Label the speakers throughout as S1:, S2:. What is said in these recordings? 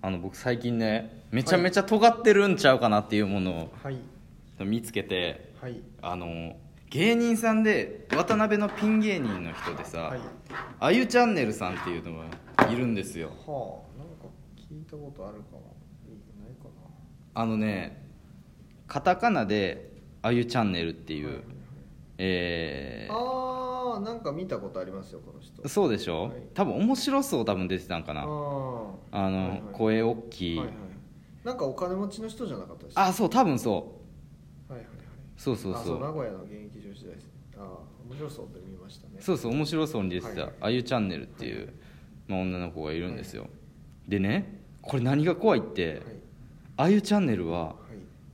S1: あの僕最近ねめちゃめちゃ尖ってるんちゃうかなっていうもの
S2: はい
S1: を見つけて
S2: はい
S1: あの芸人さんで渡辺のピン芸人の人でさ、
S2: はいは
S1: あゆチャンネルさんっていうのがいるんですよ
S2: あなんか聞いたことあるかもいいないかな
S1: あのねカタカナで「あゆチャンネル」っていう、
S2: はいはいはい
S1: えー
S2: ああなんか見たことありますよこの人
S1: そうでしょ、
S2: はい
S1: 多分面白そう多分出てたんか
S2: あ
S1: なあ
S2: ー
S1: の、
S2: はいはい
S1: 声大きい、
S2: はいはいなんかお金持ちの人じゃなかったです
S1: あそう多分そ
S2: はいはいはいう
S1: そうそう
S2: あ
S1: そう
S2: 名古屋の現役女子大生ああ面白そうって見ましたね
S1: そうそう面白そうに出てた、
S2: はい
S1: あゆチャンネルっていう、まあ、女の子がいるんですよ、でねこれ何が怖いって、
S2: はい
S1: あゆチャンネルは
S2: は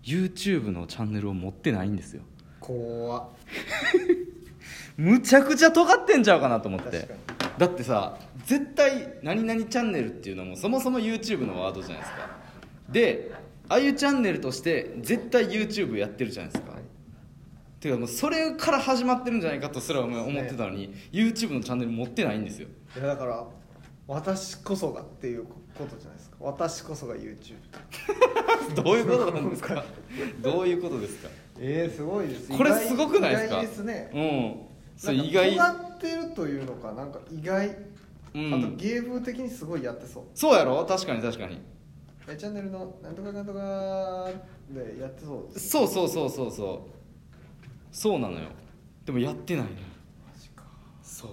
S2: い
S1: YouTube のチャンネルを持ってないんですよ
S2: 怖っ
S1: むちゃくちゃ尖ってんちゃうかなと思って
S2: 確かに
S1: だってさ絶対「何々チャンネル」っていうのもそもそも YouTube のワードじゃないですかであゆチャンネルとして絶対 YouTube やってるじゃないですか、
S2: はい
S1: ていうかもうそれから始まってるんじゃないかとすら思ってたのに、YouTube のチャンネル持ってないんですよ
S2: いやだから私こそがっていうことじゃないですか私こそが YouTube
S1: どういうことなんです かどういうことですか
S2: えー、すごいです
S1: これすごくないです
S2: 意
S1: か
S2: 外ですね
S1: うんそう
S2: なんか
S1: 意外
S2: 尖ってるというのかなんか意外、
S1: うん
S2: あと芸風的にすごいやってそう
S1: そうやろ確かに確かに
S2: えチャンネルのなんとかなんとかでやってそうです
S1: そうそうそうそうそうそうなのよでもやってないのよ
S2: マジか
S1: そう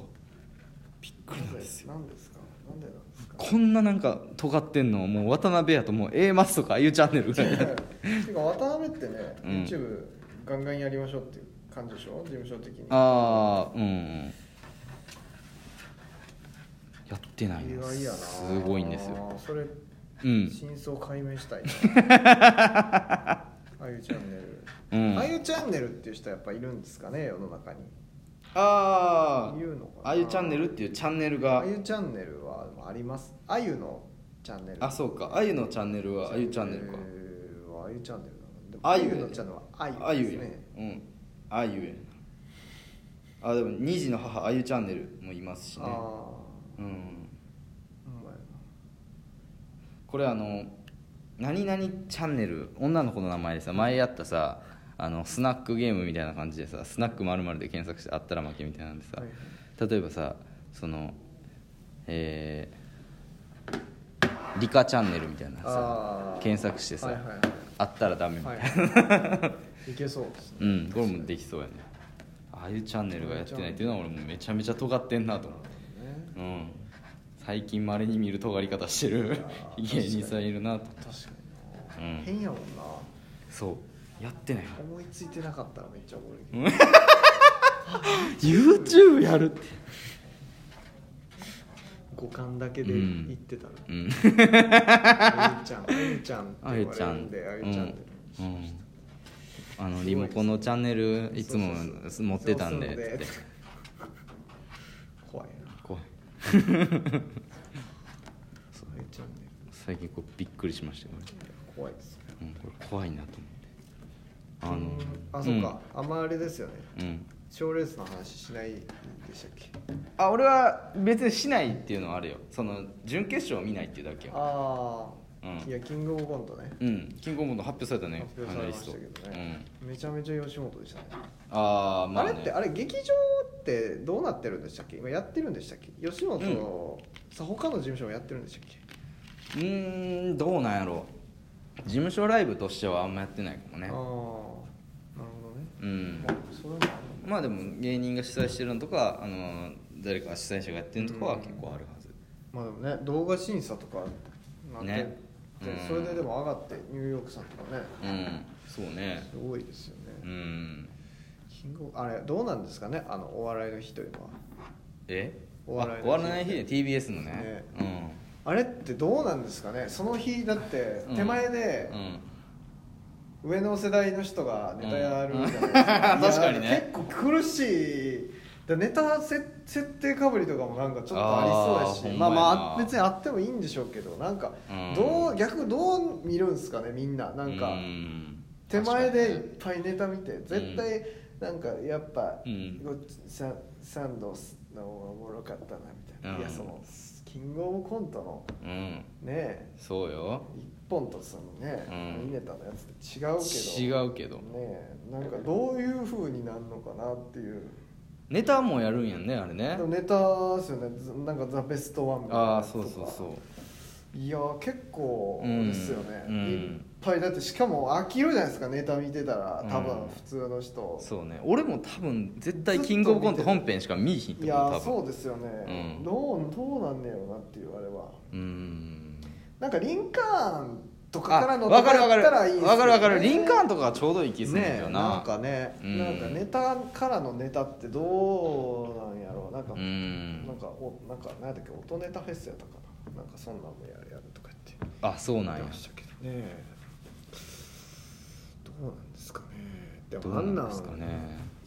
S1: びっくりなんですよ
S2: なんですかなんでなんですか
S1: こんななんか尖ってんのもう渡辺やともう A マスとかああいうチャンネルぐらいや
S2: てか渡辺ってね、
S1: うん
S2: YouTube ガンガンやりましょうっていう感じでしょ事務所的に
S1: ああうんうんやってない
S2: 意
S1: の
S2: 外やな
S1: すごいんですよ
S2: それ、
S1: うん
S2: 真相解明した いなあゆチャンネル、
S1: うん
S2: あゆチャンネルっていう人はやっぱいるんですかね世の中に
S1: あ
S2: 言うのかな
S1: ああいうチャンネルっていうチャンネルが
S2: あゆチャンネルはまあありますあゆのチャンネル
S1: あそうかあゆのチャンネルはあゆチャンネルか
S2: はあゆチャンネルなのでも
S1: あゆ
S2: のチャンネルはあ
S1: あ
S2: ゆ
S1: ゆ
S2: です
S1: や
S2: ね
S1: うんあゆやあでも2児の母あゆチャンネルもいますし
S2: あ
S1: ね
S2: あ
S1: うん
S2: ほんまやな
S1: これあの何々チャンネル女の子の名前でさ前やったさあのスナックゲームみたいな感じでさ「スナックまるで検索してあったら負けみたいなんでさ、
S2: はい
S1: 例えばさそのえー理科チャンネルみたいな
S2: あ
S1: さ
S2: ー
S1: 検索してさ、
S2: はいはいはい
S1: あったらダメみた
S2: はいい
S1: な、
S2: いけそうですね
S1: うんこれもできそうやねああいうチャンネルがやってないっていうのは俺もめちゃめちゃ尖ってんなと思う
S2: ね
S1: うん最近まれに見る尖り方してる
S2: いや
S1: 芸人さんいるなと
S2: 確かにな、
S1: うん
S2: 変やもんな
S1: そうやってない
S2: 思いついてなかったらめっちゃおもろいけど
S1: YouTube やるって
S2: 五感だけで
S1: うん
S2: 言ってたら、
S1: うん
S2: あゆちゃんあゆちゃんって
S1: あゆちゃん
S2: であゆちゃんって、
S1: うんうんあのリモコンのチャンネルいつも
S2: そうそうそう
S1: 持ってたんで
S2: そうするの
S1: つって
S2: 怖いな
S1: 怖い
S2: あゆちゃんね
S1: 最近こうびっくりしましたよ
S2: 怖いですね
S1: 俺、うん、これ怖いなと思ってあの
S2: あそっか、あんまあれですよね
S1: うん、うん
S2: 賞レースの話しないでしたっけ
S1: あ俺は別にしないっていうのはあるよその準決勝を見ないっていうだけよ
S2: ああ、
S1: うん
S2: いやキングオブコントね
S1: うんキングオブコント発表されたね
S2: 発表されましたけ
S1: ファイナリスト
S2: ど
S1: う
S2: ね
S1: ん、
S2: めちゃめちゃ吉本でしたね
S1: ああま
S2: あ
S1: あ、ね、
S2: れってあれ劇場ってどうなってるんでしたっけ今やってるんでしたっけ吉本の、さ他の事務所もやってるんでしたっけ
S1: うーんどうなんやろう事務所ライブとしてはあんまやってないかも
S2: ああ
S1: ね
S2: なるほどね、
S1: うん
S2: まあそれもある
S1: まあでも芸人が主催してるのとか、あのー誰か主催者がやってるのとかは結構あるはず
S2: まあでもね動画審査とかなんて、
S1: ね
S2: で
S1: うん
S2: それででも上がってニューヨークさんとかね
S1: うん、そうね
S2: すごいですよね、
S1: うん
S2: キングオブあれどうなんですかねあのお笑いの日というのは
S1: え
S2: お笑い
S1: あ
S2: の日
S1: 終わらない日で TBS のね
S2: ねあれってどうなんですかねその日だって
S1: うん
S2: 手前で
S1: うん、うん
S2: 上の世代の人がネタやるじゃないですか、
S1: うん
S2: いや
S1: 確かにね
S2: 結構苦しいだネタせ設定かぶりとかもなんかちょっとありそう
S1: あーほ
S2: やし
S1: んま
S2: ま
S1: や
S2: あ
S1: な
S2: まあ別にあってもいいんでしょうけどなんか
S1: うん
S2: どう、逆どう見るんですかねみんななんか、
S1: うん
S2: 手前でいっ
S1: 確かにね
S2: ぱいネタ見て絶対なんかやっぱ、
S1: うん
S2: ごササンドの方がおもろかったなみたい
S1: う
S2: な、
S1: ん
S2: いやそのキングオブコントの
S1: うん
S2: ネね
S1: そうよ
S2: 一本とそのね、
S1: うん
S2: ミネタのやつと違うけ
S1: 違
S2: ど
S1: うけど
S2: ねなんかどういうふうになるのかなっていう
S1: ネタもやるんやんねあれね
S2: でもネタですよねずなんか「ザ・ベストワンみたいな
S1: ああ
S2: やつと
S1: そう
S2: か
S1: そうそう
S2: いやー結構ですよね、
S1: うん
S2: いっぱいだってしかも飽きるじゃないですかネタ見てたら多
S1: うん
S2: 分普通の人、
S1: そうね俺も多分絶対キングオブコント本編しか見いひんと
S2: い
S1: 思
S2: や
S1: う多
S2: ー
S1: 分
S2: そうですよね、
S1: うん
S2: どうどうなんねやろなっていうあれは
S1: うーん
S2: なんかリンカーンとか
S1: あ
S2: からの
S1: 分かる分かる
S2: とやったらいいですよ
S1: 分かる分かるリンカーン
S2: と
S1: とかがちょうどいい気するんだよ
S2: な
S1: なん
S2: かね、
S1: うん
S2: なんかネタからのネタってどうなんやろうなんか、
S1: う
S2: なん
S1: ん
S2: かおなんか何だっけ音ネタフェスやったかななんかそんなんもやるやるとか言って
S1: あそうなんや
S2: ましたけどねえどうなんですかねで
S1: ど
S2: もあ
S1: うんな
S2: なんん
S1: ですかね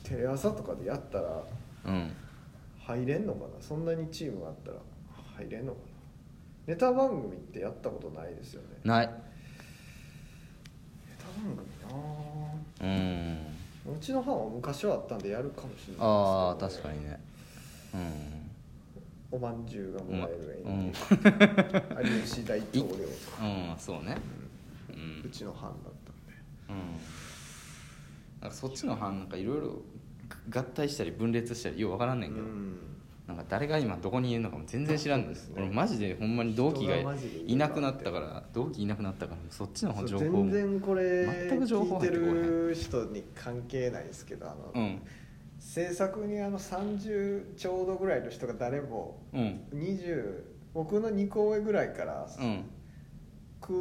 S2: テレ朝とかでやったら
S1: うん
S2: 入れんのかなそんなにチームがあったら入れんのかなネタ番組ってやったことないですよねネ
S1: ない
S2: タ番組な
S1: うん
S2: あうちの班は昔はあったんでやるかもしれないですけどね、
S1: ああ確かにねうん
S2: おまんじゅうがもらえる
S1: う
S2: 演
S1: ん
S2: 技、有吉大統領とか、
S1: うんそうねう
S2: うんちの班だったんで
S1: うんなんかそっちの班なんかいろいろ合体したり分裂したりよう分からんねんけど、
S2: うん
S1: なんか誰が今どこにいるのかも全然知らんです
S2: そうですね
S1: 俺マジでほんまに同期が
S2: 人がマジでいる
S1: いなくなったから同期いなくなったからそっちの
S2: そう
S1: 情報
S2: 全然これ
S1: 全く情報
S2: 聞い
S1: 入
S2: て
S1: ってこ
S2: る人に関係ないですけどあの、
S1: うん
S2: 制作にあの30ちょうどぐらいの人が誰も
S1: うん
S2: 20僕の2個上ぐらいから、
S1: うん
S2: 空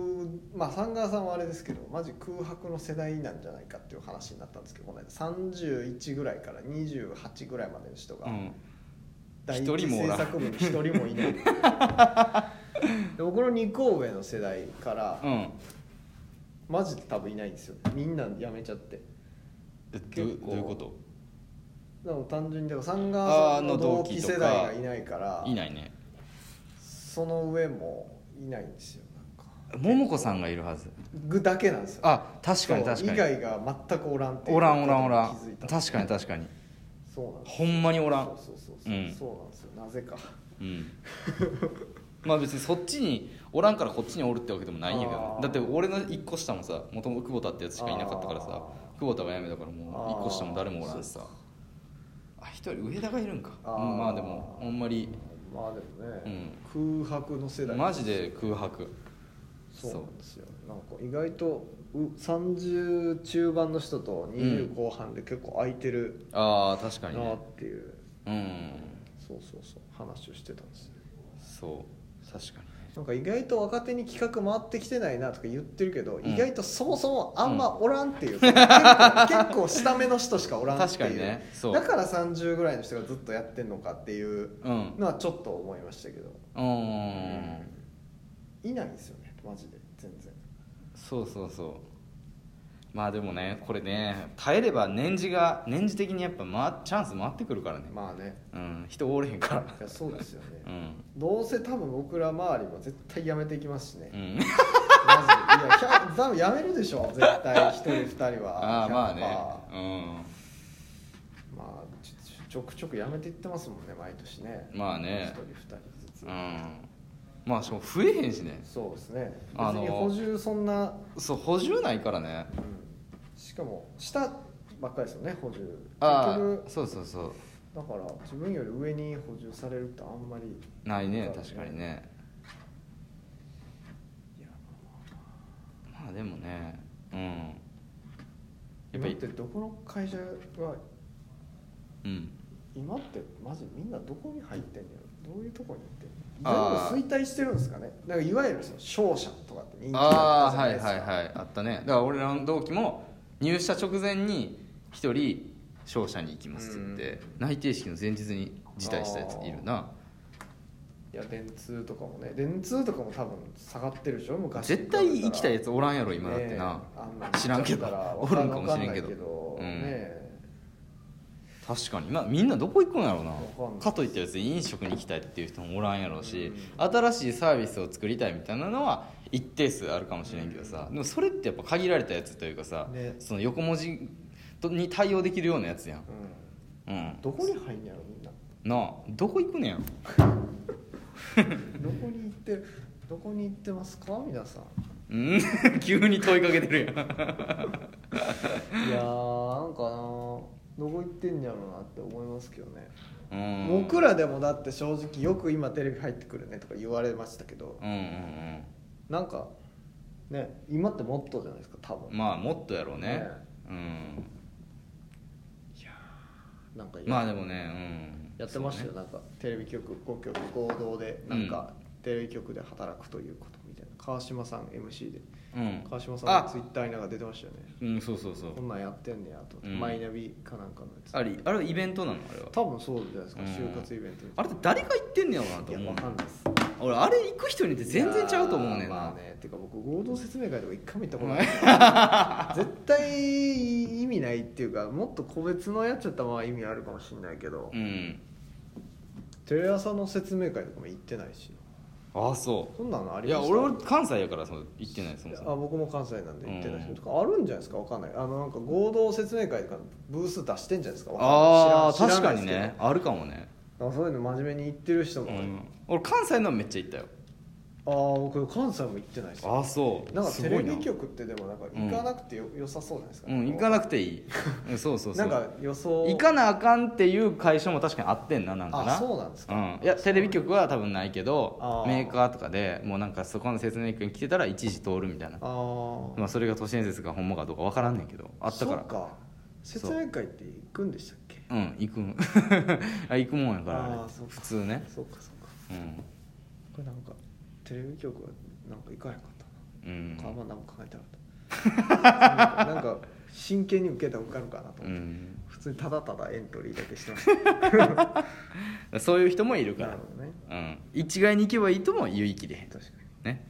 S2: まあサンガーさんはあれですけどマジ空白の世代なんじゃないかっていう話になったんですけどこの間31ぐらいから28ぐらいまでの人が、
S1: うん
S2: 第
S1: 一
S2: 一
S1: 人もお
S2: 制
S1: らん
S2: 作部に一人もいないで僕の2個上の世代から、
S1: うん
S2: マジで多分いないんですよみんな辞めちゃって
S1: えど
S2: 結構
S1: どういうこと
S2: だから単純にでもサンガーさん
S1: あ
S2: の
S1: ーの
S2: 同
S1: 同期
S2: 期
S1: とか
S2: 世代がいないから
S1: いないね
S2: その上もいないんですよなんか
S1: 桃子さんがいるはず
S2: 具だけなんですよ
S1: あ確かに確
S2: そう以
S1: かに
S2: 外が全くおらんっていう
S1: おらんおらんおら
S2: ことに
S1: ん
S2: 気づいた
S1: 確かに確かに
S2: そうなんです
S1: ほんまにおらん
S2: そうそうそうそう,、
S1: うん
S2: そうなんですよなぜか
S1: うんまあ別にそっちにおらんからこっちにおるってわけでもないんやけどね
S2: あー
S1: だって俺の1個下もさもともと久保田ってやつしかいなかったからさ
S2: あ
S1: 久保田が辞めたからもう1個下も誰もおらんしさあ一人上田がいるんか
S2: あー
S1: うんまあでもあんまり
S2: まあでもね、空白の世代
S1: マジで空白
S2: そうなんですよなんか意外とう30中盤の人と20後半で結構空いてる
S1: ああ確かに
S2: なっ
S1: ね
S2: ていう、
S1: うん
S2: そうそうそう話をしてたんですね
S1: そう確かにね
S2: なんか意外と若手に企画回ってきてないなとか言ってるけど、意外とそもそもあんまおらんってい う、結構結構下目の人しかおらんっていう
S1: 確かにねそう
S2: だから30ぐらいの人がずっとやってんのかっていう
S1: うん
S2: のはちょっと思いましたけど、
S1: うん
S2: いないんですよねマジで全然
S1: そうそうそうまあでもねこれね耐えれば年次が年次的にやっぱ、ま、チャンス回ってくるからね、
S2: まあね
S1: うん人おれへんから
S2: いやそうですよね、
S1: うん、
S2: どうせ多分僕ら周りも絶対やめていきますしね、
S1: うん、
S2: マジでいやひゃ多分やめるでしょ絶対一人二人は
S1: ああまあね
S2: 100%
S1: う
S2: まあちちちょくちょくやめていってますもんね毎年ね
S1: まあね
S2: 一人二人ずつ、
S1: ん、うん、まあしかも増えへんしね
S2: そうですね別
S1: あの
S2: に補充そんな、
S1: そう補充ないからね
S2: うん、しかも下ばっかりですよね補充
S1: あ
S2: 結
S1: あそうそうそう
S2: 局だから自分より上に補充されるってあんまり
S1: ないね
S2: そう
S1: 確かにね
S2: いや
S1: まあでもねうんやっぱ
S2: 今っ
S1: り
S2: てどこの会社が
S1: うん
S2: 今ってマジみんなどこに入ってんのよどういうとこに行ってん
S1: あー
S2: の全部衰退してるんですかねなんかいわゆるその商社とかって人気
S1: ああ
S2: じゃな
S1: はいい
S2: です
S1: はいはいあったねだから俺らの同期も入社直前に1人商社に行きますって言って内定式の前日に辞退したやついるない
S2: や電通とかもね電通とかも多分下がってるでしょ昔
S1: 絶対行きたいや
S2: つ
S1: つおらんやろ今だってな、知らんけど おるんかもしれんけどうん
S2: ねえ
S1: 確かに、まあ、みんなどこ行くんやろうな
S2: わかんない
S1: かといって別に飲食に行きたいっていう人もおらんやろうし、
S2: う
S1: 新しいサービスを作りたいみたいなのは一定数あるかもしれんけどさ、でもそれってやっぱ限られたやつというかさ、
S2: ね
S1: その横文字とに対応できるようなやつやん、
S2: う
S1: うん
S2: ん、どこに入んやろみんな
S1: なあどこ行くねやろ
S2: どこに行ってるどどこに行ってますか皆さん
S1: うん 急に問いかけてるやん
S2: いやーなんかなどこ行ってんやろうなって思いますけどね、
S1: うん
S2: 僕らでもだって正直よく今テレビ入ってくるねとか言われましたけど、
S1: うんうん
S2: なんかね今ってもっとじゃないですか多
S1: うん
S2: 分、
S1: まあもっとやろうね
S2: ね
S1: うん
S2: なんか
S1: まあでもねうん
S2: やってましたよ、
S1: そうね
S2: なんかテレビ局5局合同でなんか、テレビ局で働くということみたいな川島さん MC で
S1: うん
S2: 川島さん
S1: あ
S2: のツイッターになんか出てましたよね
S1: うんそうそうそう
S2: こんなんやってんねやと、
S1: うん
S2: マイナビかなんかのやつ
S1: あれあれイベントなのあれは
S2: 多分そうじゃないですか、
S1: うん
S2: 就活イベントみた
S1: あ
S2: い
S1: れって誰が行ってんねやろなと
S2: な
S1: 思
S2: いや
S1: う
S2: わかんないです
S1: 俺あれ行く人によって全然ちゃうと思うねん
S2: いやーま
S1: な
S2: あねてか僕合同説明会とか一回も行ったことな い絶対意味ないっていうかもっと個別のやつやったらまあ意味あるかもしれないけど、
S1: うん
S2: テレ朝の説明会とかも行ってないし
S1: ああそ
S2: そんなのあ
S1: う
S2: り
S1: い
S2: ま
S1: や
S2: した
S1: 俺は関西やからその行ってないそもそ
S2: あ
S1: も
S2: 僕も関西なんで行ってない
S1: うん
S2: 人とかあるんじゃないですかわかんないあのなんか合同説明会とかブース出してんじゃないですかわかんない
S1: ああ
S2: 知らん
S1: 確
S2: 知ら
S1: か
S2: ないで
S1: に
S2: すけど
S1: ねあるかもね
S2: あそういうの真面目に言ってる人
S1: う
S2: も、
S1: ん俺関西のはめっちゃ行ったよ
S2: ああ僕関西も行ってないですよ
S1: ああそう
S2: なんか
S1: す
S2: テ
S1: ご
S2: レ
S1: いな
S2: ビ局ってでもなんか行かなくてよ、良さそうじゃないですか、
S1: うん行かなくていいうんそうそうそう
S2: なんか予想
S1: 行かなあかんっていう会社も確かにあってんななんかな
S2: あそうなんですか、
S1: うん、いやテレビ局は多分ないけど
S2: あー
S1: メーカーとかでもうなんかそこの説明会に来てたら一時通るみたいな
S2: あー
S1: まあ、それが都市伝説かほんまかどうか分からんねんけどあったから
S2: そっか説明会って行くんでしたっけ
S1: うん行くん あ行くもんやからあれ
S2: あーそうか
S1: 普通ね
S2: そうかそ
S1: う
S2: うか
S1: ん、
S2: これなんかテレビ局はなんか行かへんかった
S1: う
S2: な
S1: ん
S2: あんま何も考えてなかったなんかなんか真剣に受けたら受かるかなと
S1: う
S2: 思って、
S1: ん、
S2: 普通にただただエントリーだけして ました
S1: そういう人もいるか
S2: な
S1: ら
S2: る、ほどね
S1: うん、一概に行けばいいとも言い切れへん
S2: 確かに
S1: ね